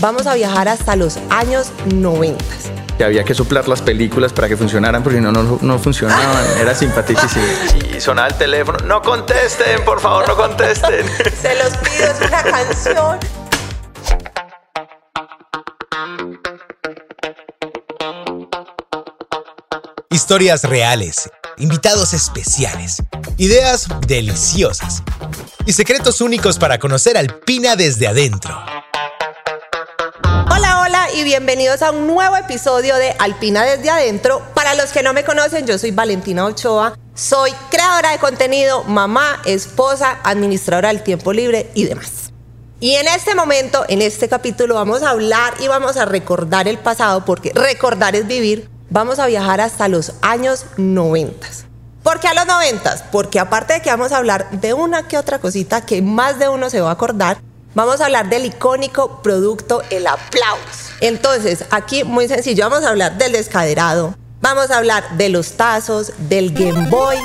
Vamos a viajar hasta los años 90. que había que soplar las películas para que funcionaran, porque si no, no, no funcionaban. Era simpaticísimo. Y sonaba el teléfono. No contesten, por favor, no contesten. Se los pido, es una canción. Historias reales, invitados especiales, ideas deliciosas y secretos únicos para conocer Alpina desde adentro. Hola, hola y bienvenidos a un nuevo episodio de Alpina desde adentro. Para los que no me conocen, yo soy Valentina Ochoa. Soy creadora de contenido, mamá, esposa, administradora del tiempo libre y demás. Y en este momento, en este capítulo, vamos a hablar y vamos a recordar el pasado porque recordar es vivir. Vamos a viajar hasta los años 90. ¿Por qué a los 90? Porque aparte de que vamos a hablar de una que otra cosita que más de uno se va a acordar, Vamos a hablar del icónico producto el aplauso. Entonces, aquí muy sencillo, vamos a hablar del descaderado, vamos a hablar de los tazos, del Game Boy.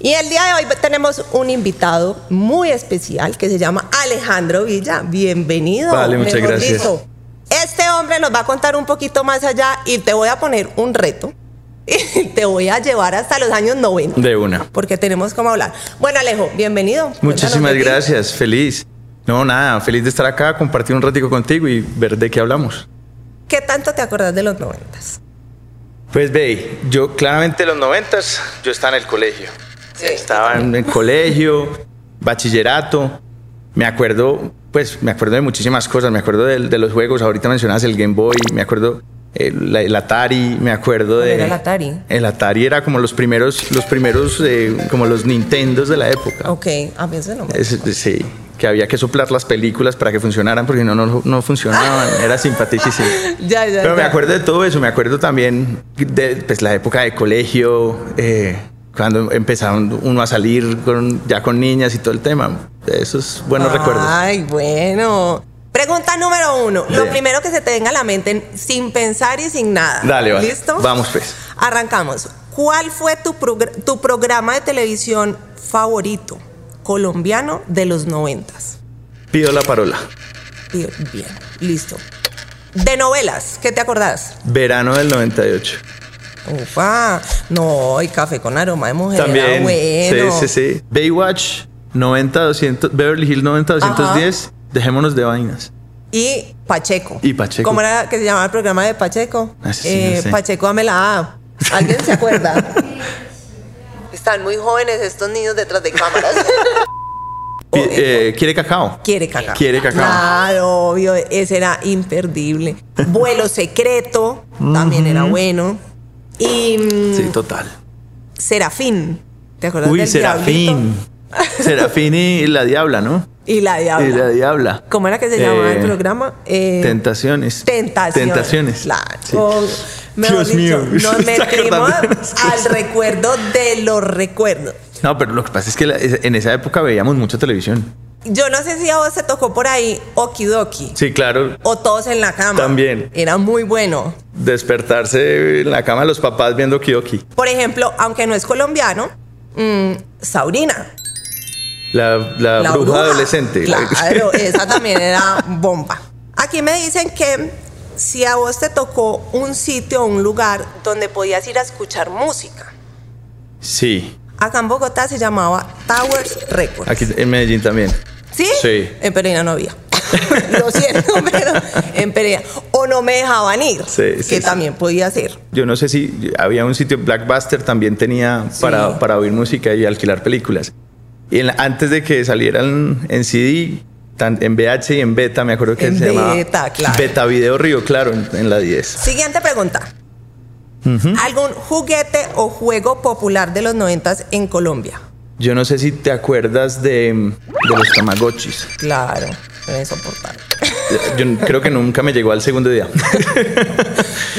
Y el día de hoy tenemos un invitado muy especial que se llama Alejandro Villa. Bienvenido. Vale, muchas mejor gracias. dicho. Este hombre nos va a contar un poquito más allá y te voy a poner un reto. Y te voy a llevar hasta los años 90. De una. Porque tenemos como hablar. Bueno, Alejo, bienvenido. Cuéntanos Muchísimas de ti. gracias, feliz. No, nada, feliz de estar acá, compartir un ratico contigo y ver de qué hablamos. ¿Qué tanto te acordás de los noventas? Pues ve, yo claramente en los noventas, yo estaba en el colegio. Estaba en el colegio, bachillerato. Me acuerdo, pues me acuerdo de muchísimas cosas. Me acuerdo del- de, los juegos. Ahorita mencionabas el Game Boy. Me acuerdo el, el Atari. Me acuerdo de. era el Atari? El Atari era como los primeros, los primeros, eh, como los Nintendos de la época. Ok, a mí eso no me Es- sí, que había que soplar las películas para que funcionaran, porque si no, no, no funcionaban. Era simpaticísimo. Ya, ya, Pero me ya. acuerdo de todo eso. Me acuerdo también de pues, la época de colegio, eh, cuando empezaron uno a salir con, ya con niñas y todo el tema. Esos buenos recuerdos. Ay, bueno. Pregunta número uno. Lo Bien. primero que se te venga a la mente en- sin pensar y sin nada. Dale, vale. ¿Listo? Vamos, pues. Arrancamos. ¿Cuál fue tu, progr- tu programa de televisión favorito colombiano de los noventas? Pido la parola. Bien, bien, listo. De novelas, ¿qué te acordás? Verano del 98. Ufa, no, y café con aroma de mujer. era También. bueno. Sí, sí, sí. Baywatch 90200, Beverly Hills 90210. Dejémonos de vainas. Y Pacheco. Y Pacheco. ¿Cómo era que se llamaba el programa de Pacheco? Eh, Ah, sí, sí, no sé. Pacheco dame la A. ¿Alguien se acuerda? Están muy jóvenes estos niños detrás de cámaras. Pi- eh, ¿Quiere cacao? Quiere cacao. Quiere cacao. Claro, obvio, ese era imperdible. Vuelo secreto también era bueno. Y mm, Sí, total. Serafín. ¿Te acuerdas Uy, del Serafín. diablito? Serafín y la diabla, ¿no? Y la diabla. Y la diabla. ¿Cómo era que se llamaba el Eh, programa? Eh, Tentaciones. Tentaciones. Tentaciones. Claro. Sí. Mejor Dios dicho, mío, se nos está metimos acordando de unas al cosas. recuerdo de los recuerdos. No, pero lo que pasa es que la- en esa época veíamos mucha televisión. Yo no sé si a vos se tocó por ahí Okidoki Sí, claro. o Todos en la Cama. También. Era muy bueno. Despertarse en la cama de los papás viendo Kioki. Por ejemplo, aunque no es colombiano, mm, Saurina. La, la, bruja, adolescente. Claro, esa también era bomba. Aquí me dicen que si a vos te tocó un sitio o un lugar donde podías ir a escuchar música. Sí. Acá en Bogotá se llamaba Towers Records. Aquí en Medellín también. ¿Sí? Sí. En Pereira no había. lo siento, pero en Pereira. O no me dejaban ir, Sí, sí, que sí. también podía ser. Yo no sé si había un sitio, Blackbuster también tenía para, para oír música y alquilar películas. Y en la- antes de que salieran en CD, tan- en VH y en Beta, me acuerdo que En se llamaba Beta, claro. Beta Video Río, claro, en, en la 10. Siguiente pregunta. ¿Algún juguete o juego popular de los noventas en Colombia? Yo no sé si te acuerdas de, de los Tamagotchis. Claro, era insoportable. Yo n- creo que nunca me llegó al segundo día.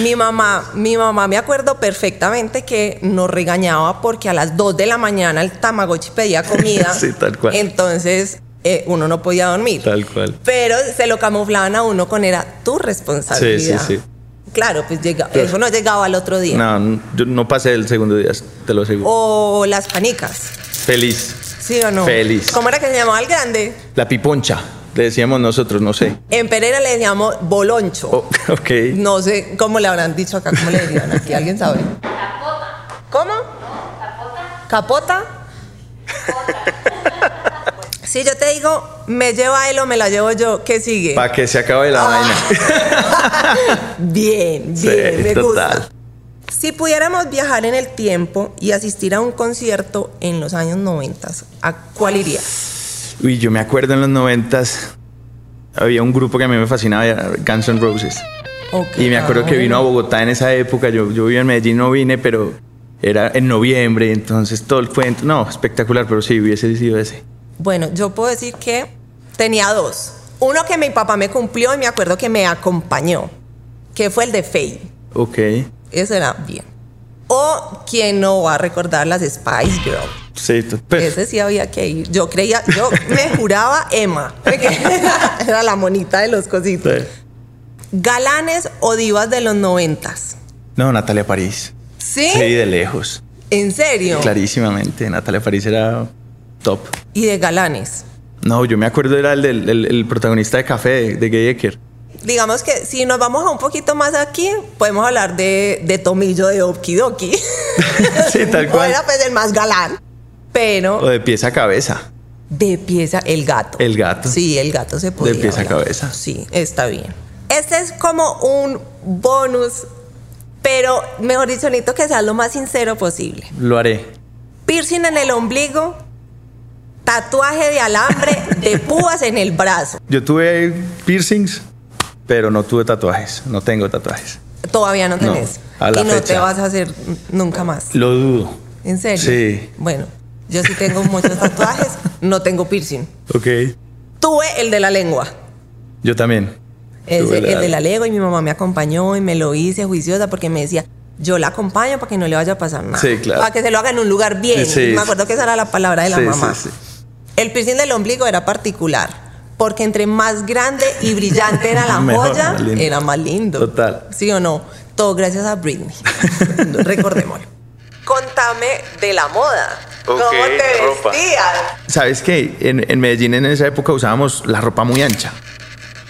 Mi mamá, mi mamá me acuerdo perfectamente que nos regañaba porque a las 2 de la mañana el Tamagotchi pedía comida. Sí, tal cual. Entonces eh, uno no podía dormir. Tal cual. Pero se lo camuflaban a uno con era tu responsabilidad. Sí, sí, sí. Claro, pues llega, eso no llegaba al otro día. No, n- yo no pasé el segundo día, te lo Oh. aseguro. O las panicas, Feliz. ¿sí o no? Feliz. ¿Cómo era que se llamaba el grande? La piponcha, le decíamos nosotros, no sé. En Pereira le decíamos boloncho. Oh, ok. No sé cómo le habrán dicho acá, cómo le dirían aquí, ¿alguien sabe? Capota. ¿Cómo? capota. ¿Capota? si yo te digo, me lleva él o me la llevo yo, ¿qué sigue? Para que se acabe Ah, la vaina. Bien, bien, Sí, me total. gusta. Si pudiéramos viajar en el tiempo y asistir a un concierto en los años 90, ¿a cuál irías? Uy, yo me acuerdo en los noventas había un grupo que a mí me fascinaba, era Guns N' Roses. Ok, Y me acuerdo que ah, vino a Bogotá en esa época, yo, yo vivía en Medellín, no vine, pero era en noviembre, entonces todo el cuento, no, espectacular, pero sí, hubiese sido ese. Bueno, yo puedo decir que tenía dos. Uno que mi papá me cumplió y me acuerdo que me acompañó, que fue el de Faye. Ok. Ese era bien. O quien no va a recordar las Spice Girls. Sí, to- pues, Ese sí había que ir. Yo creía, yo me juraba Emma. porque Era, era la monita de los cositos. sí. Galanes o divas de los noventas. No, Natalia París. ¿Sí? Sí, de lejos. ¿En serio? Clarísimamente, Natalia París era top. Y de galanes. No, yo me acuerdo era el, del- el- el protagonista de Café, de, de Gay Ecker. Digamos que si nos vamos a un poquito más aquí, podemos hablar de, de Tomillo de Okidoki. Sí, tal cual. Era pues el más galán. O Pero de pieza a cabeza. de pieza, el gato. El gato. Sí, el gato se podía. pies a hablar. cabeza. Sí, está bien. Este es como un bonus, pero mejor dicho, necesito que seas lo más sincero posible. Lo haré. Piercing en el ombligo, tatuaje de alambre, de púas en el brazo. Yo tuve piercings, pero no tuve tatuajes. No tengo tatuajes. Todavía no No, tenés. a la y no te fecha. vas a hacer nunca más. Lo dudo. ¿En serio? Sí. Bueno, yo sí tengo muchos tatuajes, no tengo piercing. Ok. Tuve el de la lengua. Yo también. El, Tuve el de la lengua y mi mamá me acompañó y me lo hice juiciosa porque me decía, yo la acompaño para que no le vaya a pasar nada. Sí, claro. Para que se lo haga en un lugar bien. Sí. Y me acuerdo que esa era la palabra de la Sí, mamá. sí, sí. El piercing del ombligo era particular. Porque entre más grande y brillante era la Mejor, joya, más lindo. era más lindo. Total. ¿Sí o no? Todo gracias a Britney. Recordémoslo. Contame de la moda. Ok, ¿Cómo te ropa. vestías? ¿Sabes qué? En, en Medellín en esa época usábamos la ropa muy ancha.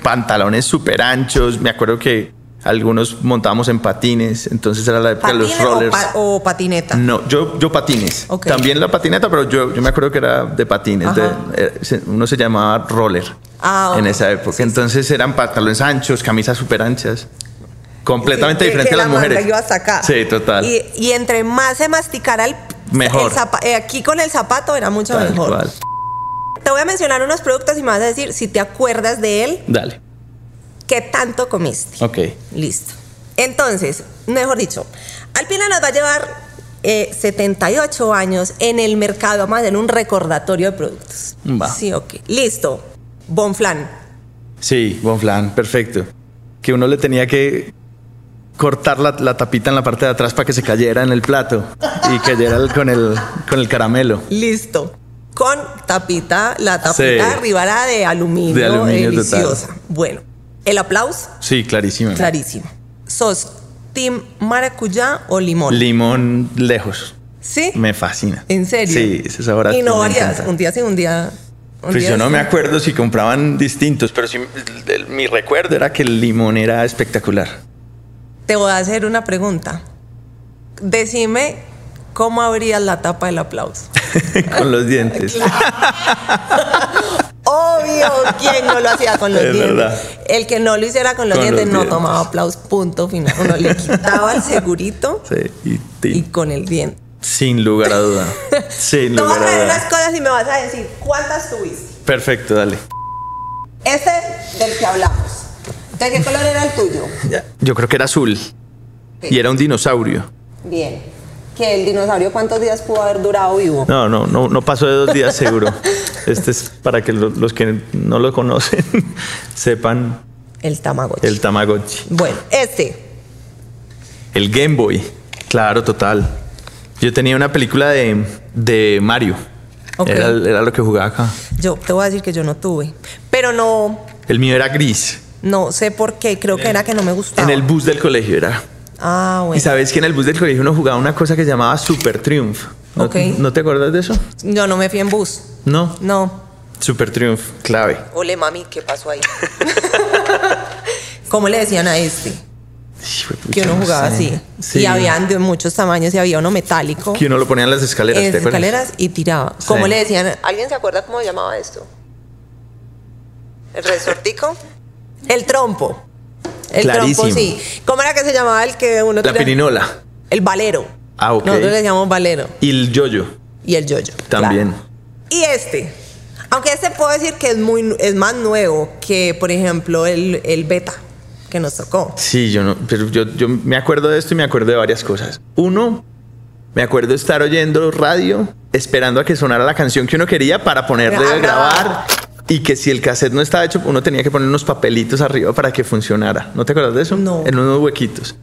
Pantalones súper anchos. Me acuerdo que algunos montábamos en patines. Entonces era la época de los ¿Patines o, rollers. pa- o patineta? No, yo, yo patines. Ok. También la patineta, pero yo, yo me acuerdo que era de patines. de- Ajá. eh, se- uno se llamaba roller Ah, ok. en esa época. Entonces eran pantalones anchos, camisas súper anchas. Completamente Sí, que- diferente que a las la manga mujeres. iba hasta acá. Sí, total. Y, y entre más se masticara el, Mejor. el zapa- eh, aquí con el zapato era mucho Tal mejor. cual. Te voy a mencionar unos productos y me vas a decir si te acuerdas de él, Dale. qué tanto comiste. Ok. Listo. Entonces, mejor dicho, Alpina nos va a llevar eh, 78 años en el mercado. Vamos a hacer un recordatorio de productos. Va. Sí, ok. Listo. Bonflan. Sí, buen flan, perfecto. Que uno le tenía que cortar la, la tapita en la parte de atrás para que se cayera en el plato y cayera el- con, el, con el caramelo. Listo. Con tapita, la tapita Sí. arriba era de aluminio, De aluminio total. deliciosa. Bueno, el aplauso, Sí, clarísimo. clarísimo. ¿Sos team maracuyá o limón? Limón lejos. ¿Sí? Me fascina. ¿En serio? Sí, ese sabor a Y no ti me varías, encanta. un día sí, un día... un Pues día yo no sí. me acuerdo si compraban distintos, pero sí, el- el- mi recuerdo era que el limón era espectacular. Te voy a hacer una pregunta. Decime cómo abrías la tapa del aplauso. con los dientes. O Obvio, ¿quién no lo hacía con los Es dientes? verdad. El que no lo hiciera con los Con los dientes no dientes. tomaba aplausos, punto final. Uno le quitaba el segurito Sí, y ti- y con el diente. sin lugar a duda. Sin Te voy a lugar a traer unas duda. cosas y me vas a decir cuántas tuviste. Perfecto, dale. Este del que hablamos. ¿De qué color era el tuyo? Yo creo que era azul. Y era un dinosaurio. Bien. Que el dinosaurio, ¿cuántos días pudo haber durado vivo? No, no, no, no pasó de dos días seguro. Este es para que lo- los que no lo conocen sepan El Tamagotchi. el Tamagotchi. bueno, este. El Game Boy. Claro, total. Yo tenía una película de, de Mario. Ok. Era, era lo que jugaba acá. Yo te voy a decir que yo no tuve. Pero no, El mío era gris. no sé por qué. Creo que era que no me gustaba. En el bus del colegio era. Ah, bueno. Y sabes que en el bus del colegio uno jugaba una cosa que se llamaba Super Triumph. ¿No, Ok. ¿no te acuerdas de eso? Yo no me fui en bus. No. No. Super Triumph, clave. Ole, mami, ¿qué pasó ahí? ¿Cómo le decían a este? Que uno jugaba así. Y habían de muchos tamaños y había uno metálico. Que uno lo ponía en las escaleras. en ¿te acuerdas? escaleras y tiraba. Sí. ¿Cómo le decían? ¿Alguien se acuerda cómo llamaba esto? ¿El resortico? El trompo. El Clarísimo. trompo, sí. ¿Cómo era que se llamaba el que uno La tira- pirinola El valero. Ah, ok. Nosotros le llamamos valero. y el yoyo Y el yoyo. también. claro. Y este. Aunque este puedo decir que es, muy, es más nuevo que, por ejemplo, el, el beta que nos tocó. Sí, yo no, pero yo, yo me acuerdo de esto y me acuerdo de varias cosas. Uno, me acuerdo estar oyendo radio, esperando a que sonara la canción que uno quería para ponerle Ah, a grabar. Y que si el cassette no estaba hecho, uno tenía que poner unos papelitos arriba para que funcionara. ¿No te acuerdas de eso? No. En unos huequitos.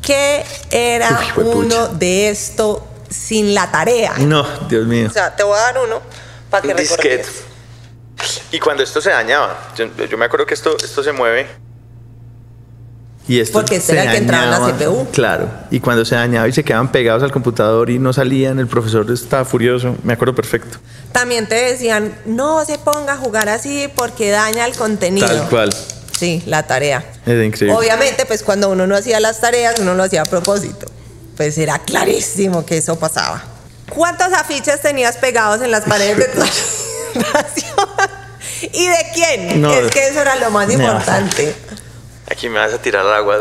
Que era Uy, juepucha. uno de esto sin la tarea. No, Dios mío. O sea, te voy a dar uno para que Mm. Un disquete. recortes. Y cuando esto se dañaba, yo, yo me acuerdo que esto, esto se mueve. Y esto Porque este era el que entraba en la dañaba. CPU. Claro. Y cuando se dañaba y se quedaban pegados al computador y no salían, el profesor estaba furioso. Me acuerdo perfecto. También te decían, no se ponga a jugar así porque daña el contenido. Tal cual. Sí, la tarea. Era increíble. Obviamente, pues cuando uno no hacía las tareas, uno lo hacía a propósito. Pues era clarísimo que eso pasaba. ¿Cuántos afiches tenías pegados en las paredes de tu habitación? ¿Y de quién? No. es que eso era lo más No. importante. Aquí me vas a tirar al agua.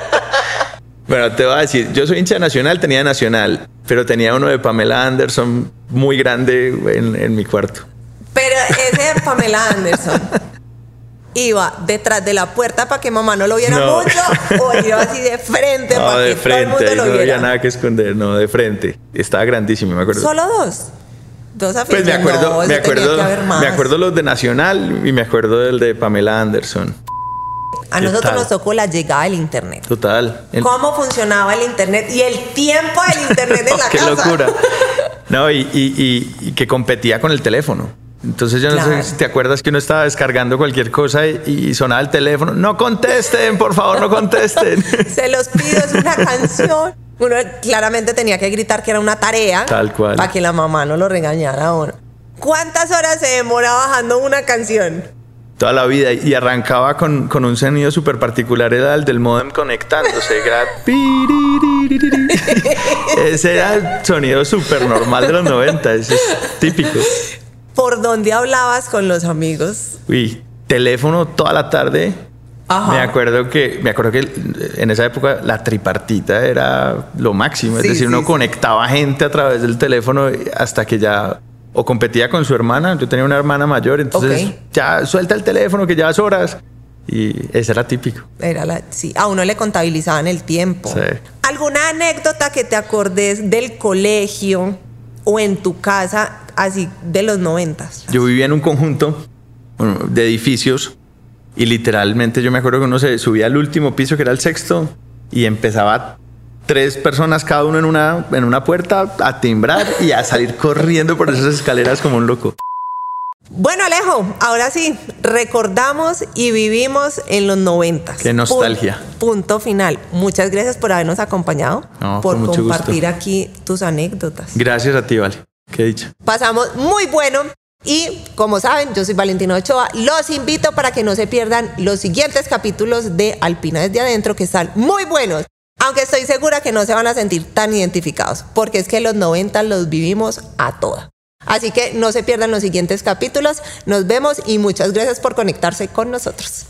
bueno, te voy a decir, yo soy hincha de nacional, tenía nacional, pero tenía uno de Pamela Anderson muy grande en, en mi cuarto. Pero ese de Pamela Anderson iba detrás de la puerta para que mamá no lo viera No. mucho o iba así de frente No, para que de todo el frente, mundo no lo había viera. nada que esconder, no, de frente. Estaba grandísimo, me acuerdo. Solo dos. Dos afiches. Pues me acuerdo, No, eso me tenía acuerdo, que haber más. me acuerdo los de Nacional y me acuerdo del de Pamela Anderson. A ¿Qué nosotros tal? nos tocó la llegada del internet. Total. El- Cómo funcionaba el internet y el tiempo del internet en la Oh, qué casa. locura. No, y, y- y- y que competía con el teléfono. Entonces yo no Claro. sé si te acuerdas que uno estaba descargando cualquier cosa y, y sonaba el teléfono. No contesten, por favor, no contesten. Se los pido, es una canción. Uno claramente tenía que gritar que era una tarea. Tal cual. Para que la mamá no lo regañara a uno. ¿Cuántas horas se demoraba bajando una canción? Toda la vida y arrancaba con, con un sonido súper particular, era el del modem conectándose. que era piriririri. Ese era el sonido súper normal de los 90, ese es típico. ¿Por dónde hablabas con los amigos? Uy, teléfono toda la tarde. Ajá. Me acuerdo que me acuerdo que en esa época la tripartita era lo máximo, Sí, es decir, sí, uno sí. conectaba gente a través del teléfono hasta que ya o competía con su hermana, yo tenía una hermana mayor, entonces Ok. ya suelta el teléfono que llevas horas y ese era típico. Era la, sí, a uno le contabilizaban el tiempo. Sí. ¿Alguna anécdota que te acordes del colegio o en tu casa, así de los noventas? Yo vivía en un conjunto bueno, de edificios y literalmente yo me acuerdo que uno se subía al último piso, que era el sexto, y empezaba tres personas cada uno en una, en una puerta a timbrar y a salir corriendo por esas escaleras como un loco. Bueno, Alejo, ahora sí, recordamos y vivimos en los noventas. Qué nostalgia. Pun- punto final. Muchas gracias por habernos acompañado, No, por con mucho gusto. compartir aquí tus anécdotas. Gracias a ti, Vale. Qué dicha. pasamos muy bueno. Y como saben, yo soy Valentina Ochoa. Los invito para que no se pierdan los siguientes capítulos de Alpina desde adentro, que están muy buenos. Aunque estoy segura que no se van a sentir tan identificados, porque es que los 90 los vivimos a toda. Así que no se pierdan los siguientes capítulos. Nos vemos y muchas gracias por conectarse con nosotros.